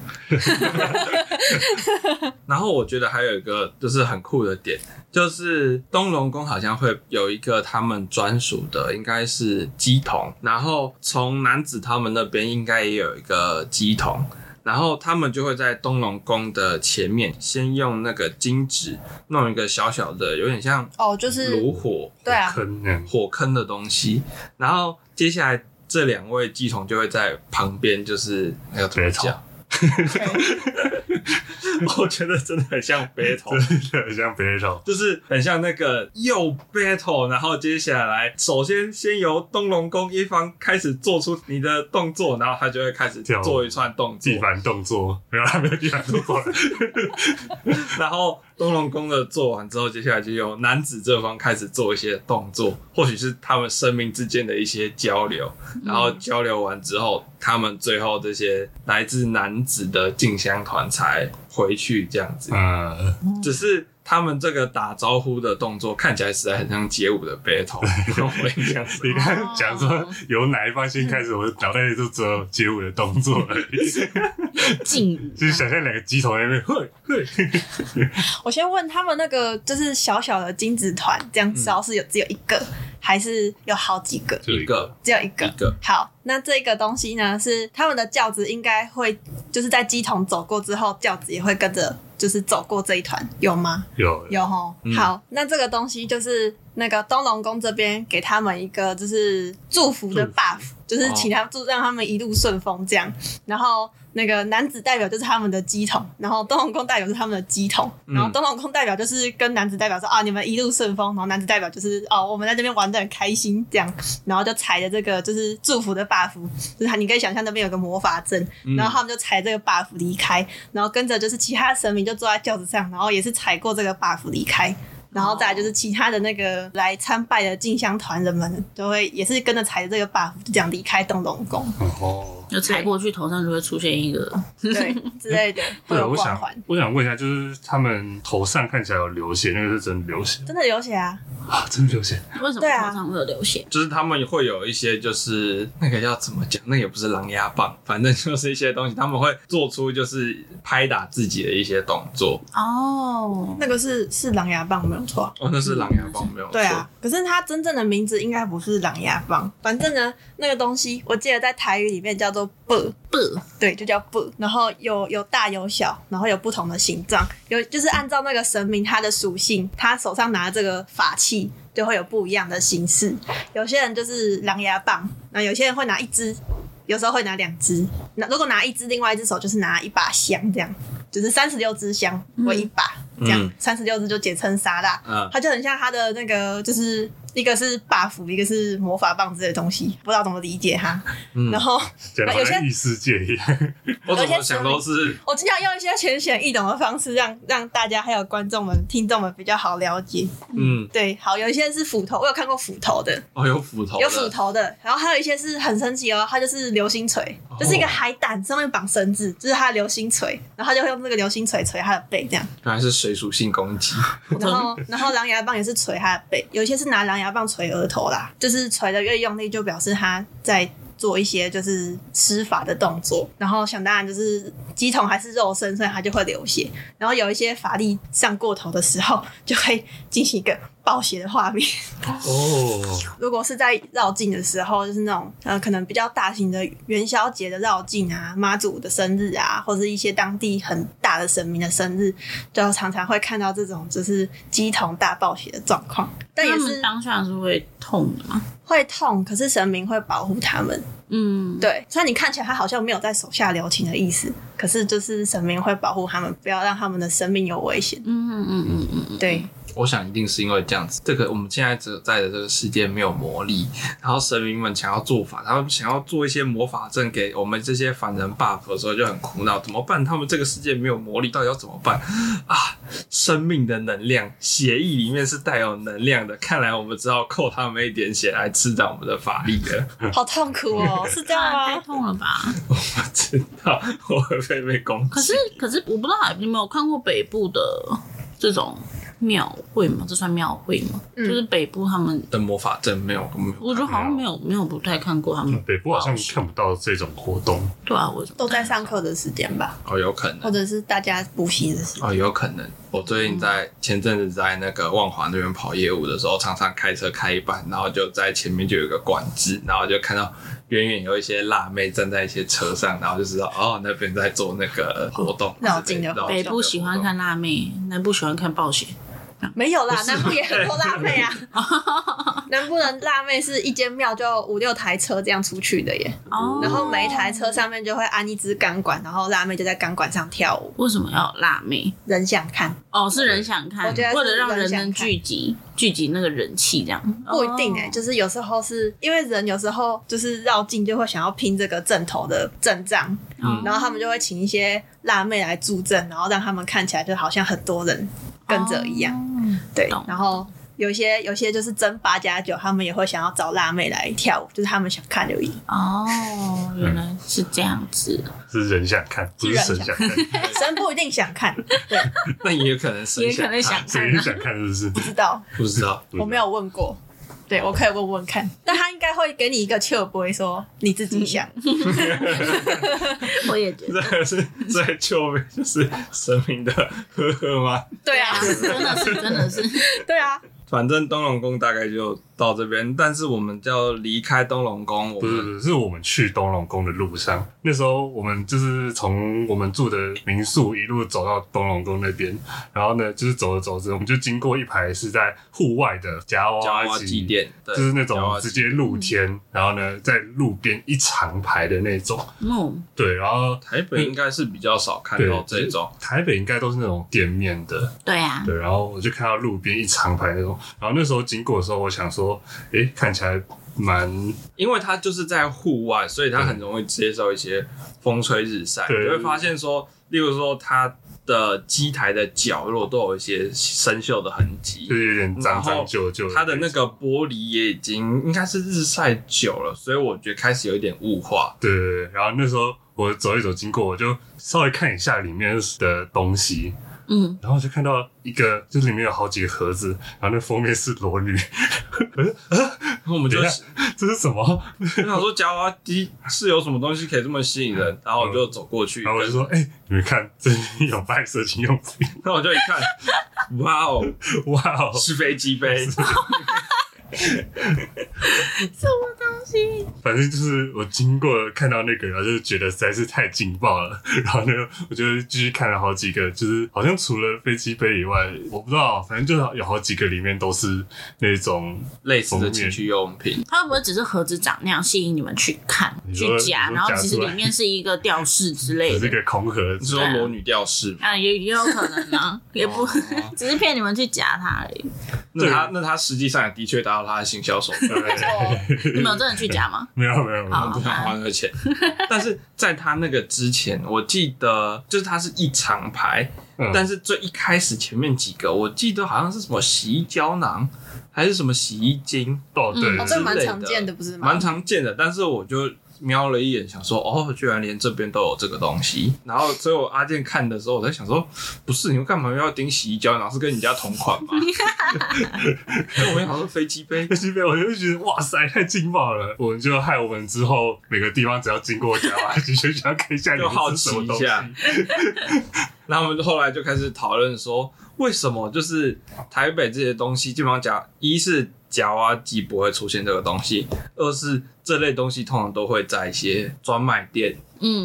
Speaker 3: 然后我觉得还有一个就是很酷的点，就是东龙宫好像会有一个他们专属的，应该是鸡童。然后从男子他们那边应该也有一个鸡童，然后他们就会在东龙宫的前面先用那个金纸弄一个小小的，有点像
Speaker 4: 哦，就是
Speaker 3: 嗯炉火
Speaker 4: 对 啊，
Speaker 1: 坑那样，
Speaker 3: 火坑的东西。然后接下来这两位鸡童就会在旁边，就是那个怎么
Speaker 1: 别吵
Speaker 3: 讲？
Speaker 4: 啊
Speaker 3: 我觉得真的很像 battle，
Speaker 1: 很像 battle。
Speaker 3: 就是很像那个又 battle，然后接下来首先先由东龙宫一方开始做出你的动作，然后他就会开始
Speaker 1: 跳舞
Speaker 3: 做一串动作
Speaker 1: 地，板动作没有啦，没有地板动作，
Speaker 3: 然后东龙宫的做完之后，接下来就由男子这方开始做一些动作，或许是他们生命之间的一些交流，然后交流完之后，他们最后这些来自男子的进香团才回去这样子，
Speaker 1: 嗯，
Speaker 3: 只是。他们这个打招呼的动作看起来实在很像街舞的 battle，让 我印象深刻
Speaker 1: 你刚刚
Speaker 2: 哦
Speaker 1: 讲说由哪一方先开始，
Speaker 2: 嗯
Speaker 1: 我脑袋里就只有街舞的动作而已，
Speaker 2: 劲舞
Speaker 1: 就是想象两个鸡头在那边，嘿，嘿，
Speaker 4: 我先问他们那个就是小小的精子团这样招是有只有一个，还是有好几个？
Speaker 1: 就
Speaker 3: 一个
Speaker 4: 只有一个
Speaker 3: 一。个
Speaker 4: 好，那这个东西呢，是他们的轿子应该会就是在鸡桶走过之后，轿子也会跟着就是走过这一团，有吗？
Speaker 1: 有
Speaker 4: 有吼，
Speaker 3: 嗯
Speaker 4: 好，那这个东西就是那个东龙宫这边给他们一个就是祝福的
Speaker 1: 祝
Speaker 4: buff，就是请他祝让他们一路顺风这样。然后那个男子代表就是他们的鸡桶，然后东龙宫代表是他们的鸡桶，
Speaker 3: 嗯
Speaker 4: 然后东龙宫代表就是跟男子代表说啊你们一路顺风，然后男子代表就是哦我们在这边玩的很开心这样，然后就踩着这个就是祝福的 buff，就是他你可以想象那边有个魔法阵，然后他们就踩这个 buff 离开，然后跟着就是其他神明就坐在轿子上，然后也是踩过这个 buff 离开，然后再来就是其他的那个来参拜的进香团人们都会也是跟着踩着这个 buff 就这样离开东龙宫，
Speaker 1: 哦。
Speaker 2: 就踩过去头上就会出现一个
Speaker 4: 哦对之类的，会
Speaker 1: 对，
Speaker 4: 有
Speaker 1: 我
Speaker 4: 光
Speaker 1: 想
Speaker 4: 环。
Speaker 1: 我想问一下，就是他们头上看起来有流血，那个是真流血
Speaker 4: 真的流血啊！
Speaker 1: 啊，真流血，
Speaker 2: 为什么
Speaker 4: 对啊
Speaker 2: 头上会有流血？
Speaker 3: 就是他们会有一些，就是那个要怎么讲，那也不是狼牙棒，反正就是一些东西，他们会做出就是拍打自己的一些动作。
Speaker 2: 哦，
Speaker 4: 那个是是狼牙棒没有错啊，
Speaker 3: 哦，那是狼牙棒，没有错。
Speaker 4: 对啊，，可是它真正的名字应该不是狼牙棒，反正呢，那个东西我记得在台语里面叫做“啵”，
Speaker 2: 不，
Speaker 4: 对，就叫布，然后有有大有小，然后有不同的形状，有就是按照那个神明他的属性，他手上拿这个法器就会有不一样的形式。有些人就是狼牙棒，那有些人会拿一只，有时候会拿两只。那如果拿一只，另外一只手就是拿一把香，这样就是三十六支香为一把，这样
Speaker 3: 嗯
Speaker 4: 三十六支就简称沙拉。
Speaker 3: 嗯，
Speaker 4: 它就很像它的那个，就是一个是 buff，一个是魔法棒之类的东西，不知道怎么理解它。
Speaker 3: 嗯
Speaker 4: 然后
Speaker 1: 讲的
Speaker 4: 有
Speaker 1: 好
Speaker 4: 些
Speaker 1: 像异世界一样。
Speaker 3: 我怎么想都是
Speaker 4: 我尽量用一些浅显易懂的方式让，让大家还有观众们、听众们比较好了解。
Speaker 3: 嗯，
Speaker 4: 对，好，有一些是斧头，我有看过斧头的，
Speaker 3: 哦，有斧头的，
Speaker 4: 有斧头的，然后还有一些是很神奇哦，它就是流星锤，
Speaker 3: 哦
Speaker 4: 就是一个海胆上面绑绳子，就是它的流星锤，然后它就会用这个流星锤锤它的背这样，
Speaker 3: 原来是水属性攻击。
Speaker 4: 然后然后狼牙棒也是锤它的背，有一些是拿狼牙棒锤额头啦，就是锤的越用力，就表示它在。做一些就是施法的动作，然后想当然就是鸡桶还是肉身，所以它就会流血。然后有一些法力上过头的时候，就会进行一个暴血的画面。
Speaker 1: 哦，
Speaker 4: 如果是在绕境的时候，就是那种呃，可能比较大型的元宵节的绕境啊，妈祖的生日啊，或者一些当地很大的神明的生日，就常常会看到这种就是鸡同大暴血的状况。但也
Speaker 2: 他
Speaker 4: 是
Speaker 2: 们当下是会痛的嘛？
Speaker 4: 会痛，可是神明会保护他们。
Speaker 2: 嗯，
Speaker 4: 对，虽然你看起来他好像没有在手下留情的意思，可是就是神明会保护他们，不要让他们的生命有危险。
Speaker 2: 嗯嗯嗯嗯嗯嗯，
Speaker 4: 对，
Speaker 3: 我想一定是因为这样子，这个我们现在所在的这个世界没有魔力，然后神明们想要做法，他们想要做一些魔法阵给我们这些凡人 buff 的时候就很苦恼，怎么办？他们这个世界没有魔力，到底要怎么办啊？生命的能量，血液里面是带有能量的，看来我们只好扣他们一点血来吃长我们的法力了。
Speaker 4: 好痛苦哦，是这样
Speaker 2: 啊， 太
Speaker 4: 吗？
Speaker 2: 痛了吧？
Speaker 3: 我不知道我会不会被攻
Speaker 2: 可
Speaker 3: 击
Speaker 2: 是，可是我不知道你有没有看过北部的这种庙会吗？这算庙会吗？
Speaker 4: 嗯
Speaker 2: 就是北部他们，
Speaker 3: 的魔法阵没有，没有
Speaker 2: 我觉得好像没
Speaker 4: 嗯
Speaker 2: 有没有不太看过他们。
Speaker 1: 北部好像看不到这种活动，
Speaker 2: 对啊，我
Speaker 4: 都在上课的时间吧，
Speaker 3: 哦，有可能
Speaker 4: 或。者是大家补习的时间。
Speaker 3: 哦，有可能。我
Speaker 2: 嗯
Speaker 3: 最近在前阵子在那个万华那边跑业务的时候，常常开车开一半，然后就在前面就有一个管制，然后就看到远远有一些辣妹站在一些车上，然后就知道哦，那边在做那个活动之类。
Speaker 4: 绕境的活动
Speaker 2: 北部喜欢看辣妹，南部喜欢看暴雪。
Speaker 4: 没有啦，南部也很多辣妹啊。南部的辣妹是一间庙就五六台车这样出去的耶，
Speaker 2: 哦
Speaker 4: 然后每一台车上面就会安一支钢管，然后辣妹就在钢管上跳舞，
Speaker 2: 为什么要辣妹？
Speaker 4: 人想看，
Speaker 2: 哦，是人想看，
Speaker 4: 我觉得是
Speaker 2: 为了让
Speaker 4: 人
Speaker 2: 人
Speaker 4: 想
Speaker 2: 能
Speaker 4: 看
Speaker 2: 聚集聚集那个人气，这样
Speaker 4: 不一定哎、
Speaker 2: 哦
Speaker 4: 就是有时候是因为人有时候就是绕境就会想要拼这个正头的阵仗，
Speaker 3: 嗯
Speaker 4: 然后他们就会请一些辣妹来助阵，然后让他们看起来就好像很多人跟着一样，对
Speaker 2: 哦懂，
Speaker 4: 然后。有一些有一些就是争八加九，他们也会想要找辣妹来跳舞，就是他们想看而已。
Speaker 2: 哦，原来是这样子。
Speaker 1: 是人想看，不是神想 看，
Speaker 4: 神不一定想看，对，
Speaker 3: 那也有可能是
Speaker 2: 也可能想看
Speaker 1: 谁
Speaker 4: 啊
Speaker 1: 是 想看是不是？
Speaker 4: 不知道，
Speaker 3: 不知道，
Speaker 1: 不知道
Speaker 4: 我没有问过。对，我可以问问看，但他应该会给你一个切不会说你自己想，
Speaker 2: 我也觉得，
Speaker 3: 这个是在救命，就是神明的呵呵吗？
Speaker 4: 对啊，
Speaker 2: 真的是真的 是，
Speaker 4: 对啊，
Speaker 3: 反正东龙宫大概就到这边，但是我们就要离开东龙宫，我
Speaker 1: 不是不
Speaker 3: 们
Speaker 1: 是，是我们去东龙宫的路上，那时候我们就是从我们住的民宿一路走到东龙宫那边，然后呢，就是走着走着，我们就经过一排是在户外的夹
Speaker 3: 加
Speaker 1: 娃
Speaker 3: 娃祭
Speaker 1: 祭
Speaker 3: 奠，对
Speaker 1: 就是那
Speaker 3: 夹娃
Speaker 1: 种直
Speaker 3: 祭
Speaker 1: 接露天，然后呢，在路边一长排的那种，
Speaker 2: 嗯，
Speaker 1: 对，然后
Speaker 3: 台北应该是比较少看
Speaker 1: 嗯对
Speaker 3: 到这种，
Speaker 1: 台北应该都是那种店面的，
Speaker 2: 对啊，
Speaker 1: 对，然后我就看到路边一长排那种，然后那时候经过的时候，我想说，诶、看起来蛮
Speaker 3: 因为它就是在户外，所以它很容易接受一些风吹日晒，
Speaker 1: 对
Speaker 3: 你会发现说，例如说它的机台的角落都有一些生锈的痕迹
Speaker 1: 就。是有点脏
Speaker 3: 然后
Speaker 1: 脏旧旧，
Speaker 3: 它的那个玻璃也已经应该是日晒久了，所以我觉得开始有一点雾化。
Speaker 1: 对对对，然后那时候我走一走经过，我就稍微看一下里面的东西，
Speaker 2: 嗯，
Speaker 1: 然后就看到一个，就是里面有好几个盒子，然后那封面是裸女，
Speaker 3: 然后我们就
Speaker 1: 等一下 这是什么？
Speaker 3: 我想说夹娃娃机是有什么东西可以这么吸引人，然后我就走过去，
Speaker 1: 嗯然后我就说，哎、你们看，这里有卖色情用品，
Speaker 3: 然后我就一看，哇哦，
Speaker 1: 哇哦！
Speaker 3: 是飞机 杯，
Speaker 2: 什么东西？
Speaker 1: 反正就是我经过看到那个，然后就觉得实在是太劲爆了， 然后呢，我就继续看了好几个，就是好像除了飞机杯以外，我不知道，反正就是有好几个里面都是那种
Speaker 3: 类似的情趣用品。
Speaker 2: 它会不会只是盒子长那样吸引你们去看、
Speaker 1: 你
Speaker 2: 去
Speaker 1: 说
Speaker 2: 夹，
Speaker 1: 你说
Speaker 2: 然后
Speaker 1: 夹
Speaker 2: 其实
Speaker 1: 出来
Speaker 2: 里面是一个吊饰之类
Speaker 1: 只是
Speaker 2: 的？
Speaker 1: 个空盒
Speaker 3: 你
Speaker 1: 子，
Speaker 3: 说裸女吊饰吗？
Speaker 2: 啊，也也有可能啊，也不 只是骗你们去夹它而已。
Speaker 3: 那他那他实际上也的确达到他的行销手 段，
Speaker 4: 哦，
Speaker 2: 你
Speaker 3: 嗯
Speaker 2: 们有真的去夹吗？
Speaker 1: 没有没有没有
Speaker 2: 好，
Speaker 3: 不想花那个钱。但是在他那个之前，我记得就是他是一长排，
Speaker 1: 嗯
Speaker 3: 但是最一开始前面几个，我记得好像是什么洗衣胶囊还是什么洗衣精，
Speaker 1: 哦对，
Speaker 2: 嗯
Speaker 4: 这蛮常见的，不是吗？
Speaker 3: 蛮常见的，但是我就瞄了一眼，想说哦，居然连这边都有这个东西。然后，所以我阿健看的时候，我在想说，不是你们干嘛要盯洗衣胶囊？是跟你家同款吗？那我也想说飞机杯
Speaker 1: 飞，机杯，我就觉得哇塞，太劲爆了！我们就害我们之后每个地方只要经过夹娃娃机，就想要看一下里
Speaker 3: 就
Speaker 1: 面
Speaker 3: 好
Speaker 1: 是什
Speaker 3: 奇
Speaker 1: 么
Speaker 3: 一
Speaker 1: 东西。
Speaker 3: 下。 然后我们后来就开始讨论说，为什么就是台北这些东西，基本上假一是夹娃娃机不会出现这个东西，二是这类东西通常都会在一些专卖店例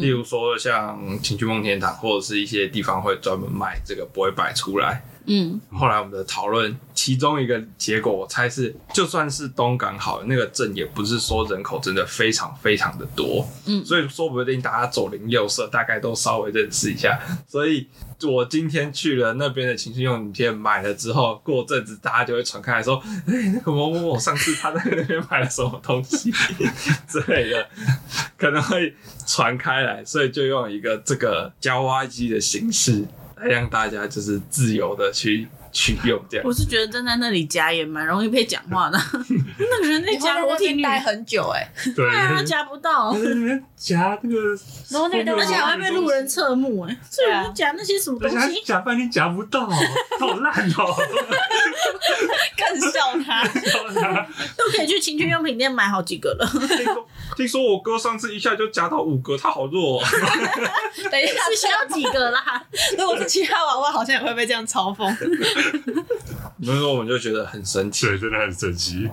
Speaker 2: 嗯
Speaker 3: 如说像情趣梦天堂，或者是一些地方会专门卖这个，不会摆出来。
Speaker 2: 嗯，
Speaker 3: 后来我们的讨论，其中一个结果，我猜是，就算是东港好了，那个镇也不是说人口真的非常非常的多，
Speaker 2: 嗯
Speaker 3: 所以说不定大家左邻右舍大概都稍微认识一下。所以我今天去了那边的情趣用品店买了之后，过阵子大家就会传开来说，哎、那个某某某上次他在那边买了什么东西 之类的，可能会传开来，所以就用一个这个胶挖机的形式来让大家就是自由的去取用这样
Speaker 2: 我。是觉得站在那里夹也蛮容易被讲话的。 那个人在
Speaker 4: 你
Speaker 2: 夹裸体女，
Speaker 4: 待很久哎、
Speaker 1: 对，
Speaker 2: 对啊，夹不到。
Speaker 1: 在那边夹那个，
Speaker 4: 然后那个
Speaker 2: 而且还会被路人侧目哎、所以
Speaker 4: 对啊
Speaker 2: 我就夹那些什么东
Speaker 1: 而且还
Speaker 2: 西，
Speaker 1: 夹半天夹不到， 好烂哦！
Speaker 4: 欸更笑他，
Speaker 2: 都可以去情趣用品店买好几个了。
Speaker 3: 听说听说我哥上次一下就夹到五个，他好弱、 哦。
Speaker 4: 等一下，
Speaker 2: 是需要几个 啦？
Speaker 4: 如果是其他娃娃，好像也会被这样嘲讽。
Speaker 3: 所以说我们就觉得很神 奇，
Speaker 1: 对，真的很神奇。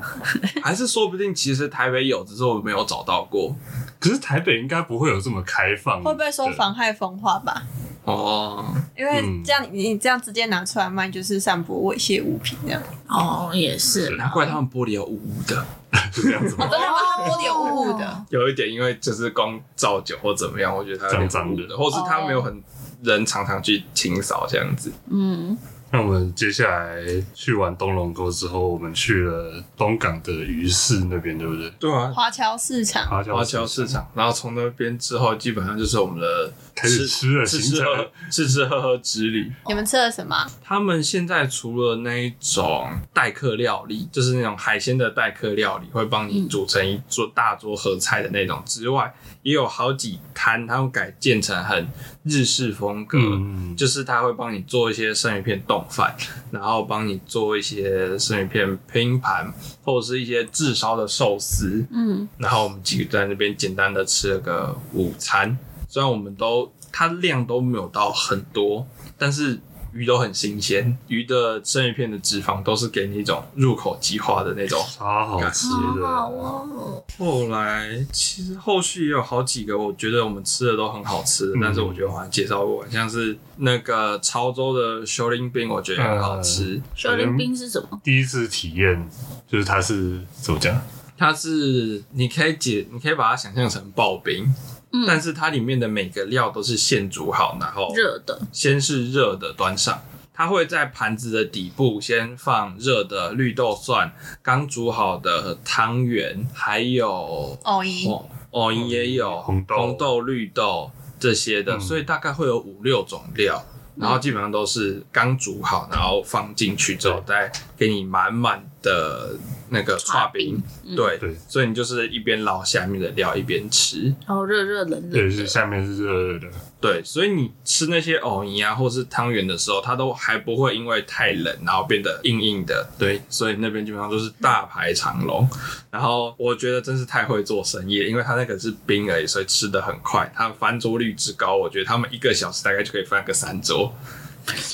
Speaker 3: 还是说不定其实台北有，只是我没有找到过。
Speaker 1: 可是台北应该不会有这么开放，
Speaker 4: 会不会说？妨害风化吧？
Speaker 3: 哦，
Speaker 4: 因为
Speaker 1: 嗯
Speaker 4: 这样你你这样直接拿出来卖，就是散播猥亵物品这样。
Speaker 2: 哦，也是
Speaker 3: 难
Speaker 2: 啦。
Speaker 3: 怪他们玻璃有雾雾的。
Speaker 1: 是这样子吗？
Speaker 4: 真的吗？它玻璃有雾雾的，
Speaker 3: 有一点，因为就是光照久或怎么样，我觉得它有点
Speaker 1: 脏脏的
Speaker 3: 污的，或是它没有很人常常去清扫这样子。
Speaker 2: 嗯，
Speaker 1: 那我们接下来去完东龙沟之后，我们去了东港的鱼市那边，对不对？
Speaker 3: 对啊，
Speaker 4: 华侨市场。
Speaker 1: 华侨
Speaker 3: 华侨市场，然后从那边之后，基本上就是我们的
Speaker 1: 开始吃了
Speaker 3: 吃
Speaker 1: 行
Speaker 3: 吃
Speaker 1: 程
Speaker 3: 喝吃吃喝喝之旅。
Speaker 4: 你们吃了什么？
Speaker 3: 他们现在除了那一种代客料理，就是那种海鲜的代客料理，会帮你煮成一桌大桌合菜的那种之外，也有好几摊他们改建成很日式风格，
Speaker 1: 嗯，
Speaker 3: 就是他会帮你做一些生鱼片冻饭，然后帮你做一些生鱼片拼盘，或者是一些炙烧的寿司。
Speaker 2: 嗯，
Speaker 3: 然后我们几个在那边简单的吃了个午餐，虽然我们都它量都没有到很多，但是鱼都很新鲜，鱼的生鱼片的脂肪都是给你一种入口即化的那种。
Speaker 1: 超好吃的，
Speaker 2: 哦。
Speaker 3: 后来其实后续也有好几个，我觉得我们吃的都很好吃的，
Speaker 1: 嗯
Speaker 3: 但是我觉得我好像介绍过，像是那个潮州的修林冰，我觉得也很好吃。
Speaker 2: 小林冰是什么？
Speaker 1: 第一次体验就是它是怎么讲？
Speaker 3: 它是你可以解，你可以把它想象成刨冰，
Speaker 2: 嗯
Speaker 3: 但是它里面的每个料都是现煮好，然后
Speaker 2: 热的。
Speaker 3: 先是热的端上，它会在盘子的底部先放热的绿豆蒜、刚煮好的汤圆，还有
Speaker 4: 藕姨，
Speaker 3: 哦，藕银也有
Speaker 1: 红豆
Speaker 3: 红豆、绿豆这些的，
Speaker 1: 嗯
Speaker 3: 所以大概会有五六种料，然后基本上都是刚煮好，然后放进去之后再给你满满的那个
Speaker 2: 刨
Speaker 3: 刨
Speaker 2: 冰
Speaker 3: 冰，
Speaker 2: 嗯
Speaker 3: 对
Speaker 1: 对
Speaker 3: 所以你就是一边捞下面的料一边吃，
Speaker 2: 然后哦热热冷冷
Speaker 1: 对，
Speaker 2: 的，
Speaker 1: 是下面是热热的，
Speaker 3: 对，所以你吃那些藕泥啊，或是汤圆的时候，它都还不会因为太冷然后变得硬硬的。对，所以那边基本上都是大排长龙。然后我觉得真是太会做生意了，因为它那个是冰而已，所以吃的很快。它翻桌率之高，我觉得他们一个小时大概就可以翻个三桌，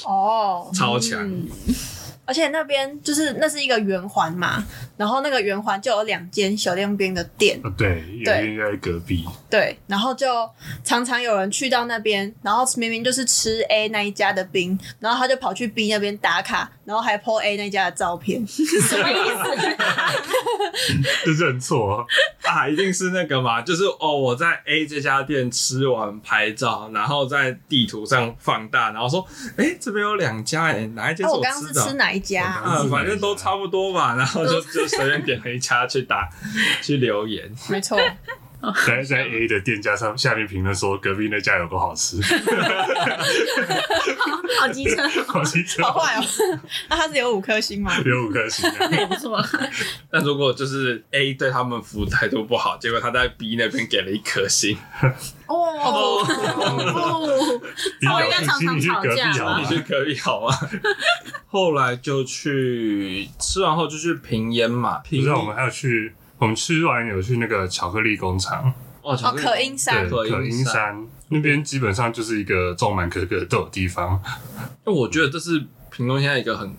Speaker 4: 哦，
Speaker 3: 超强。
Speaker 4: 而且那边就是那是一个圆环嘛，然后那个圆环就有两间小亮兵的店，
Speaker 1: 啊对，因为在隔壁，
Speaker 4: 对，然后就常常有人去到那边，然后明明就是吃 A 那一家的冰，然后他就跑去 B 那边打卡，然后还 po A 那家的照片，
Speaker 2: 什么意思？
Speaker 1: 就认错，哦
Speaker 3: 啊，一定是那个嘛，就是哦，我在 A 这家店吃完拍照，然后在地图上放大，然后说，哎、这边有两家、哎，哪一家
Speaker 4: 那、
Speaker 3: 是
Speaker 4: 我刚刚
Speaker 3: 吃
Speaker 4: 是
Speaker 3: 的啊？
Speaker 4: 吃哪一家啊、
Speaker 3: 啊，反正都差不多吧，然后就就随便点了一家去打去留言，
Speaker 4: 没错，
Speaker 1: 在在 A 的店家上下面评论说隔壁那家有个好吃，
Speaker 2: 好机车，
Speaker 1: 好吃真
Speaker 4: 好
Speaker 1: 好
Speaker 4: 坏哦。那他是有五颗星吗？
Speaker 1: 有五颗星 啊，
Speaker 2: 那也哎不错。
Speaker 3: 但如果就是 A 对他们服务态度不好，结果他在 B 那边给了一颗星，
Speaker 2: 哦，不，
Speaker 1: 你
Speaker 2: 我
Speaker 1: 有
Speaker 2: 应该常
Speaker 1: 信心你
Speaker 2: 常
Speaker 1: 去
Speaker 2: 吵
Speaker 1: 隔壁
Speaker 2: 架
Speaker 1: 好
Speaker 2: 吧
Speaker 1: 吗
Speaker 3: 你？去隔壁好吗？ 后来就去吃完后就去平烟嘛，
Speaker 1: 不
Speaker 3: 平
Speaker 1: 是，
Speaker 3: 烟
Speaker 1: 我们还有去，我们吃完有去那个巧克力工厂，
Speaker 3: 哦
Speaker 4: 哦，可音山
Speaker 1: 对，
Speaker 3: 可
Speaker 1: 可
Speaker 3: 音
Speaker 1: 音山那边基本上就是一个种满可可豆的地方，
Speaker 3: 因为我觉得这是屏东现在一个很，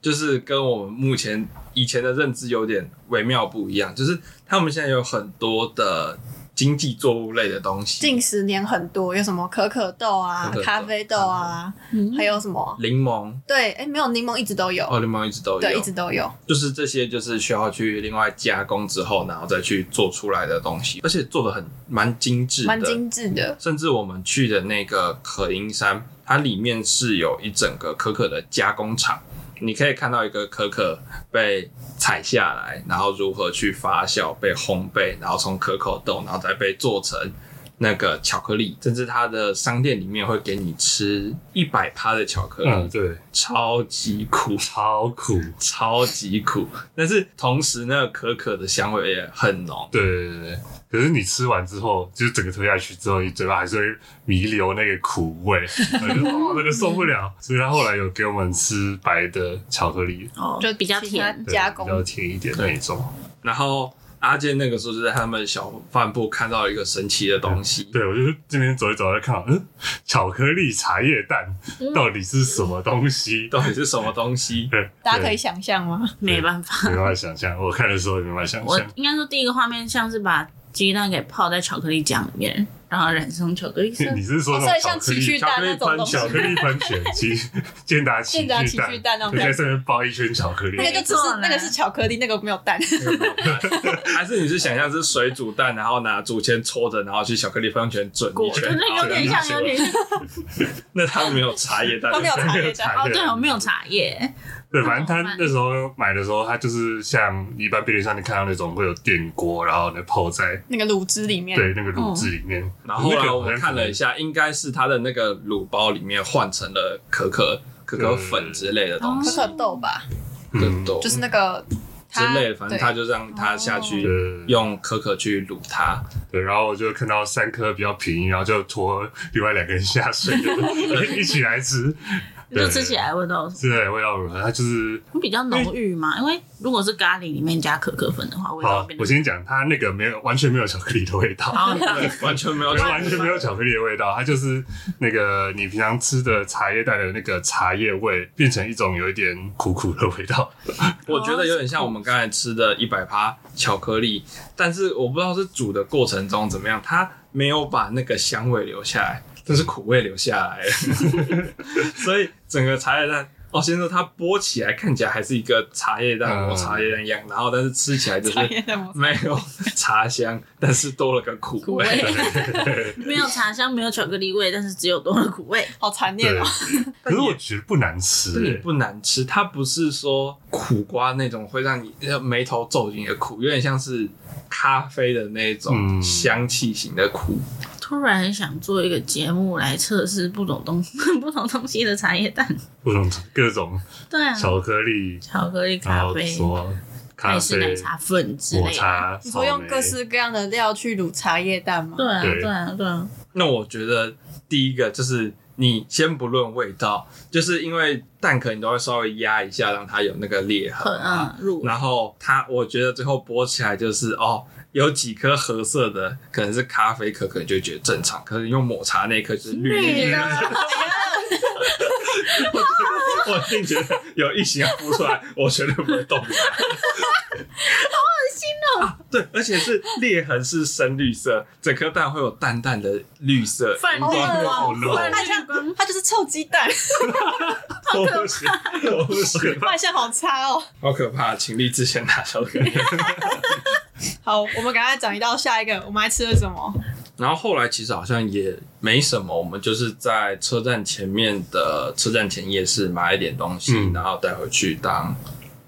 Speaker 3: 就是跟我们目前以前的认知有点微妙不一样，就是他们现在有很多的经济作物类的东西，
Speaker 4: 近十年很多，有什么可可豆啊
Speaker 3: 可可、豆
Speaker 4: 咖啡豆啊，
Speaker 2: 嗯
Speaker 4: 还有什么？
Speaker 3: 柠檬、
Speaker 4: 对，哎，没有柠檬一直都有，
Speaker 3: 奥利猫一直哦都有，
Speaker 4: 对，一直都有。
Speaker 3: 就是这些就是需要去另外加工之后，然后再去做出来的东西，而且做的很蛮精致的，
Speaker 4: 蛮精致的，
Speaker 3: 甚至我们去的那个可音山，它里面是有一整个可可的加工厂，你可以看到一个可可被采下来，然后如何去发酵、被烘焙，然后从可可豆，然后再被做成。那个巧克力，甚至它的商店里面会给你吃一百趴的巧克力，
Speaker 1: 嗯，对，
Speaker 3: 超级苦，
Speaker 1: 超苦，
Speaker 3: 超级苦， 但是同时那个可可的香味也很浓。
Speaker 1: 对对对对。可是你吃完之后，就是整个吞下去之后，你嘴巴还是会弥留那个苦 味，我就哦，那个受不了。所以他后来有给我们吃白的巧克力，
Speaker 2: 哦，
Speaker 4: 就
Speaker 2: 比较
Speaker 4: 其他
Speaker 2: 甜。
Speaker 1: 对
Speaker 4: 加
Speaker 1: 比较
Speaker 4: 工。
Speaker 1: 甜一点那一种。
Speaker 3: 然后阿健那个时候就在他们小饭部看到一个神奇的东西，
Speaker 1: 对，我就是这边走一走，就看到，嗯，巧克力茶叶蛋
Speaker 4: 嗯
Speaker 1: 到底是什么东西？
Speaker 3: 到底是什么 东西？
Speaker 1: 对，
Speaker 4: 大家可以
Speaker 1: 对
Speaker 4: 想象吗？
Speaker 2: 没办法，
Speaker 1: 没办法想象，我看的时候也没办法想
Speaker 2: 我
Speaker 1: 象。
Speaker 2: 应该说第一个画面像是把鸡蛋给泡在巧克力酱里面，然后染上巧克力色。
Speaker 1: 你是说
Speaker 4: 哦，
Speaker 1: 那
Speaker 4: 所
Speaker 1: 种
Speaker 4: 以像
Speaker 1: 巧克
Speaker 4: 奇
Speaker 1: 力
Speaker 4: 趣蛋那种东西，
Speaker 1: 巧克力喷泉， 奇健达奇
Speaker 4: 健达
Speaker 1: 趣
Speaker 4: 奇趣蛋那种
Speaker 1: 就在上面包一圈巧克力
Speaker 4: 那，个就只是那个是巧克力，那个没有蛋。
Speaker 3: 还是你是想象是水煮蛋，然后拿竹签戳着，然后去巧克力喷泉准
Speaker 2: 果
Speaker 3: 一
Speaker 2: 就
Speaker 3: 圈，
Speaker 2: 那有 点像，有点像
Speaker 3: 那他们没有茶叶蛋，
Speaker 4: 他没有茶叶蛋
Speaker 2: 哦，对，我没有茶叶，
Speaker 1: 对，反正他那时候买的时候，他就是像一般便利商店看到那种会有电锅，然后呢泡在
Speaker 4: 那个卤汁里面，
Speaker 1: 对那个卤汁里面。
Speaker 3: 嗯然后后
Speaker 1: 那
Speaker 3: 来
Speaker 1: 个
Speaker 3: 我们看了一下，应该是它的那个卤包里面换成了可可、可可
Speaker 1: 嗯
Speaker 3: 粉之类的东
Speaker 4: 可
Speaker 3: 西，
Speaker 4: 可豆吧，
Speaker 1: 好像，
Speaker 3: 更多
Speaker 4: 就是那个
Speaker 3: 之
Speaker 4: 嗯它
Speaker 3: 类的，反正
Speaker 4: 对
Speaker 3: 他就让它下去
Speaker 1: 嗯对
Speaker 3: 用可可去卤它。
Speaker 1: 对，然后我就看到三颗比较便宜，然后就拖另外两个人下水，就 一起来吃。对
Speaker 2: 就吃起来味道
Speaker 1: 对，味道如何？它就是
Speaker 2: 比较浓郁嘛。因为如果是咖喱里面加可可粉的话，味道会
Speaker 1: 好
Speaker 2: 变。得哦
Speaker 1: 我先讲，它那个没有完全没有巧克力的味 道，
Speaker 2: 好
Speaker 3: 对， 完全没有
Speaker 1: 对，完全没有巧克力的味道，它就是那个你平常吃的茶叶蛋的那个茶叶味，变成一种有一点苦苦的味道。
Speaker 3: 我觉得有点像我们刚才吃的一百趴巧克力，但是我不知道是煮的过程中怎么样，它没有把那个香味留下来，但是苦味留下来了，所以整个茶叶蛋。哦，先说它剥起来看起来还是一个茶叶蛋
Speaker 1: 嗯
Speaker 3: 磨茶叶蛋样，然后但是吃起来就是
Speaker 4: 茶叶蛋吗
Speaker 3: 没有茶香，但是多了个苦
Speaker 2: 苦
Speaker 3: 味。
Speaker 2: 味， 没有茶香，没有巧克力味，但是只有多了苦味。
Speaker 4: 好残念
Speaker 1: 对
Speaker 4: 哦。，
Speaker 1: 可是我觉得不难吃、
Speaker 3: 这也
Speaker 1: 欸，
Speaker 3: 不难吃，它不是说苦瓜那种会让你呃眉头皱紧的苦，有点像是咖啡的那种
Speaker 1: 嗯
Speaker 3: 香气型的苦。
Speaker 2: 突然很想做一个节目来测试不懂东 不同东西的茶叶蛋，
Speaker 1: 各种各种
Speaker 2: 对啊，
Speaker 1: 巧克力，
Speaker 2: 巧克力
Speaker 1: 然
Speaker 2: 咖
Speaker 1: 后
Speaker 2: 啡、
Speaker 1: 什么咖
Speaker 2: 泰式奶
Speaker 1: 啡、
Speaker 2: 茶粉之
Speaker 1: 抹
Speaker 2: 类的。
Speaker 1: 茶，
Speaker 4: 你说用
Speaker 1: 草莓
Speaker 4: 各式各样的料去卤茶叶蛋吗？
Speaker 2: 对啊，
Speaker 1: 对
Speaker 2: 对啊，对啊，
Speaker 3: 那我觉得第一个就是你先不论味道，就是因为蛋壳你都会稍微压一下，让它有那个裂痕
Speaker 2: 很
Speaker 3: 啊。
Speaker 2: 嗯入
Speaker 3: 然后它，我觉得最后剥起来就是哦，有几颗褐色的，可能是咖啡可可你就觉得正常，可是用抹茶那颗就是绿
Speaker 2: 绿
Speaker 3: 绿
Speaker 2: 的
Speaker 3: 我一定觉得有异形要孵出来，我绝对不会动它。好恶心哦、对，而且是裂痕是深绿色，整颗蛋会有淡淡的绿色
Speaker 2: 泛绿
Speaker 3: 荧光
Speaker 1: 好
Speaker 2: 光，
Speaker 1: 浓
Speaker 2: 泛
Speaker 4: 它
Speaker 2: 绿光
Speaker 4: 像。它就是臭鸡蛋，
Speaker 3: 我不行，我不 行，
Speaker 4: 卖相好差哦。
Speaker 3: 好可怕！请立志先拿小可爱。
Speaker 4: 好，我们赶快转移到下一个，我们还吃了什么？
Speaker 3: 然后后来其实好像也没什么，我们就是在车站前面的车站前夜市买一点东西，
Speaker 1: 嗯
Speaker 3: 然后带回去当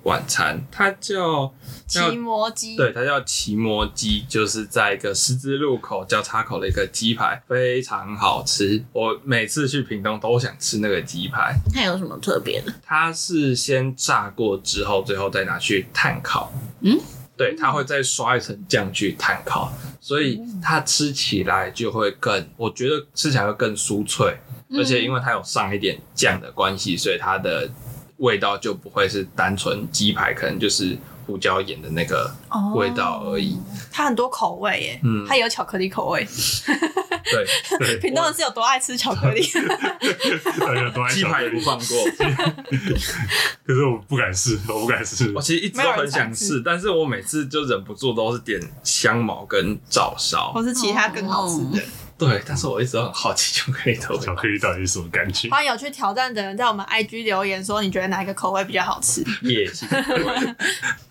Speaker 3: 晚餐。它叫叫
Speaker 4: 奇摩鸡，
Speaker 3: 对，它叫奇摩鸡，就是在一个十字路口交叉口的一个鸡排，非常好吃。我每次去屏东都想吃那个鸡排。
Speaker 2: 它有什么特别的？
Speaker 3: 它是先炸过之后，最后再拿去炭烤。
Speaker 2: 嗯，
Speaker 3: 对，它会再刷一层酱去炭烤，所以它吃起来就会更，我觉得吃起来会更酥脆，
Speaker 2: 嗯
Speaker 3: 而且因为它有上一点酱的关系，所以它的味道就不会是单纯鸡排，可能就是胡椒盐的那个
Speaker 2: 哦
Speaker 3: 味道而已。
Speaker 4: 它很多口味耶，
Speaker 3: 嗯
Speaker 4: 它也有巧克力口味。
Speaker 3: 对，
Speaker 4: 屏东人是有多爱吃巧克 力？
Speaker 1: 大 家都爱
Speaker 3: 鸡
Speaker 1: 巧
Speaker 3: 排
Speaker 1: 克
Speaker 3: 也不
Speaker 1: 力，
Speaker 3: 放过。
Speaker 1: 可是我不敢试，我不敢试
Speaker 3: 我。其实一直都很想试，但是我每次就忍不住都是点香茅跟照烧
Speaker 4: 或。是其他更好吃的？
Speaker 3: 对，但是我一直都很好奇巧克力的味
Speaker 1: 巧
Speaker 3: 道
Speaker 1: 克。力到底是什么感觉？
Speaker 4: 欢迎有去挑战的人在我们 IG 留言说，你觉得哪一个口味比较好吃？
Speaker 3: 夜行。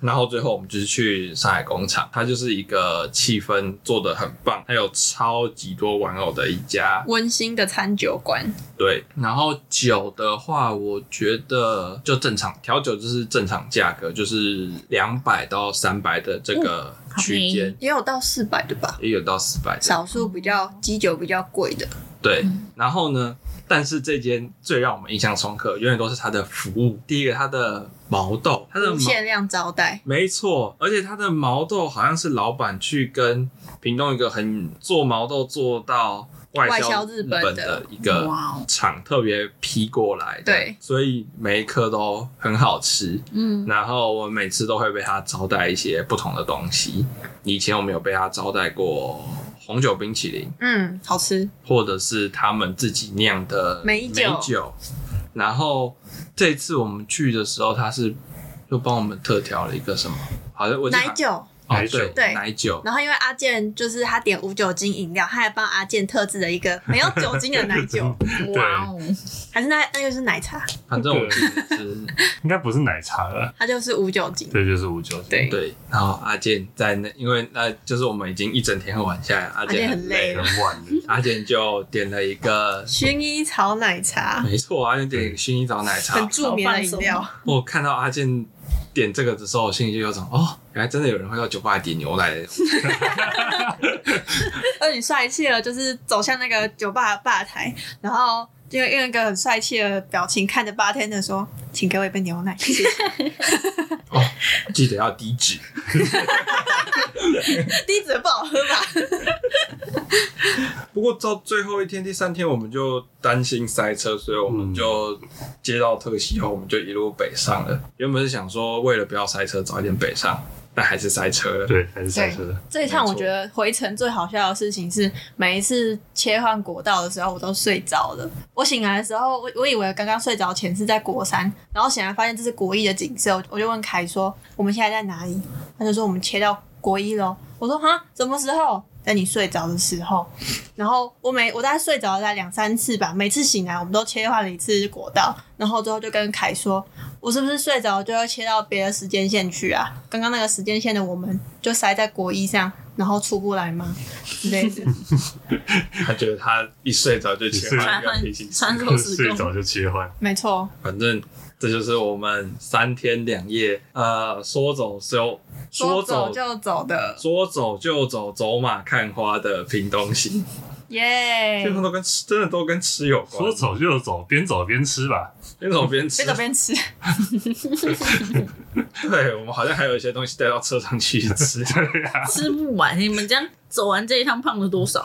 Speaker 3: 然后最后我们就是去上海工厂，它就是一个气氛做的很棒，它有超级多玩偶的一家。
Speaker 4: 温馨的餐酒馆，
Speaker 3: 对，然后酒的话，我觉得就正常调酒就是正常价格，就是两百到三百的这个区间，
Speaker 4: 也有到四百的吧，
Speaker 3: 也有到四百。
Speaker 4: 少数比较基酒比较贵的。
Speaker 3: 对，然后呢？但是这间最让我们印象深刻，永远都是它的服务。第一个，它的毛豆，它的
Speaker 4: 无
Speaker 3: 毛
Speaker 4: 限量招待，
Speaker 3: 没错，而且它的毛豆好像是老板去跟屏东一个很做毛豆做到外
Speaker 4: 外
Speaker 3: 销
Speaker 4: 销
Speaker 3: 日
Speaker 4: 日
Speaker 3: 本
Speaker 4: 本的
Speaker 3: 的一个
Speaker 2: 哇哦
Speaker 3: 厂特别批过来的，
Speaker 4: 对，
Speaker 3: 所以每一颗都很好吃。
Speaker 2: 嗯，
Speaker 3: 然后我每次都会被他招待一些不同的东西。以前我们有被他招待过红酒冰淇淋，
Speaker 4: 嗯，好吃。
Speaker 3: 或者是他们自己酿的
Speaker 4: 美酒
Speaker 3: 酒然后这次我们去的时候，他是又帮我们特调了一个什么？好像我记得哦
Speaker 4: 奶酒，
Speaker 1: 奶酒
Speaker 3: 对
Speaker 4: 对
Speaker 3: 奶酒，
Speaker 4: 然后因为阿健就是他点无酒精饮料，他还帮阿健特制了一个没有酒精的奶 酒，
Speaker 2: 哇哦，
Speaker 4: 还是那那个是奶茶，
Speaker 3: 反正我记得 是
Speaker 1: 应该不是奶茶了，
Speaker 4: 它就是无酒精。
Speaker 1: 对，就是无酒精。
Speaker 4: 对
Speaker 3: 对。然后阿健在那，因为那就是我们已经一整天玩下来，阿
Speaker 4: 健
Speaker 3: 健
Speaker 4: 很累
Speaker 3: 累
Speaker 1: 很
Speaker 3: 了，
Speaker 1: 晚了，
Speaker 3: 阿健就点了一个，
Speaker 4: 薰衣草奶茶，
Speaker 3: 没错，阿健点了一个薰衣草奶茶
Speaker 4: 很，助眠的饮料。
Speaker 3: 我看到阿健点这个的时候，我心里就有种哦，原来真的有人会到酒吧里点牛奶。
Speaker 4: 而你帅气的，就是走向那个酒吧的吧台，然后就用一个很帅气的表情看着 bartender 说：“请给我一杯牛奶。” 谢谢。
Speaker 3: 哦，记得要低脂。
Speaker 4: 第一不好喝吧？
Speaker 3: 不过到最后一天，第三天我们就担心塞车，所以我们就
Speaker 1: 嗯
Speaker 3: 接到特西后，我们就一路北上了。原本是想说，为了不要塞车，早一点北上，但还是塞车了。
Speaker 1: 对，还是赛车的。
Speaker 4: 这一趟我觉得回程最好笑的事情是，每一次切换国道的时候，我都睡着了。我醒来的时候，我我以为刚刚睡着前是在国三，然后醒来发现这是国一的景色，我我就问凯说：“我们现在在哪里？”他就说：“我们切到国一喽。”我说：“哈，什么时候？”在你睡着的时候，然后我每我大概睡着了大概两三次吧，每次醒来我们都切换了一次国道，然后最后就跟凯说，我是不是睡着就要切到别的时间线去啊？刚刚那个时间线的我们就塞在国一上，然后出不来吗？之类的。
Speaker 3: 他觉得他一睡着就切换
Speaker 2: 穿
Speaker 3: 一个
Speaker 2: 换
Speaker 3: 平行时
Speaker 2: 穿
Speaker 3: 空，
Speaker 2: 透 时
Speaker 1: 睡
Speaker 2: 空
Speaker 1: 着就切换，
Speaker 4: 没错，
Speaker 3: 反正这就是我们三天两夜，呃，说走就
Speaker 4: 说
Speaker 3: 说
Speaker 4: 走
Speaker 3: 走
Speaker 4: 就走的，
Speaker 3: 说走就走，走马看花的屏东行，
Speaker 4: 耶哎
Speaker 3: 基！本上都跟吃，真的都跟吃有关。
Speaker 1: 说走就走，边走边吃吧。
Speaker 3: 边走边吃
Speaker 4: 边，走边吃，
Speaker 3: 对我们好像还有一些东西带到车上去吃。
Speaker 1: 对呀，
Speaker 2: 吃不完。你们这样走完这一趟胖了多少？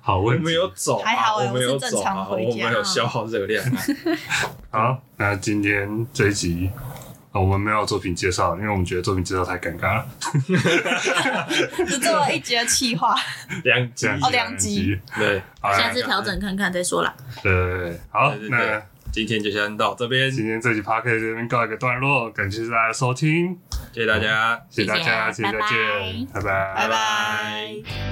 Speaker 1: 好
Speaker 3: 我
Speaker 1: 问
Speaker 3: 们
Speaker 1: 题。
Speaker 3: 有走啊，
Speaker 4: 还好欸
Speaker 3: 我们有走
Speaker 4: 我是正常
Speaker 3: 啊，
Speaker 4: 回家
Speaker 3: 我们有消耗热量啊。
Speaker 1: 好，那今天这一集。呃我们没有作品介绍，因为我们觉得作品介绍太尴尬了。
Speaker 4: 只做了一集的企划。
Speaker 3: 两集
Speaker 1: 这样
Speaker 4: 哦两集，
Speaker 3: 对，
Speaker 1: 好啦
Speaker 2: 下次调整看看再说啦。
Speaker 1: 对对对，好，
Speaker 3: 对对对
Speaker 1: 那
Speaker 3: 今天就先到这边，
Speaker 1: 今
Speaker 3: 谢
Speaker 1: 天这集 p o d c a s t 这边告一个段落，感谢大家的收听，
Speaker 3: 谢大家。
Speaker 1: 谢谢大家，
Speaker 2: 谢
Speaker 1: 谢
Speaker 2: 谢
Speaker 1: 谢再见，拜拜
Speaker 4: 拜拜。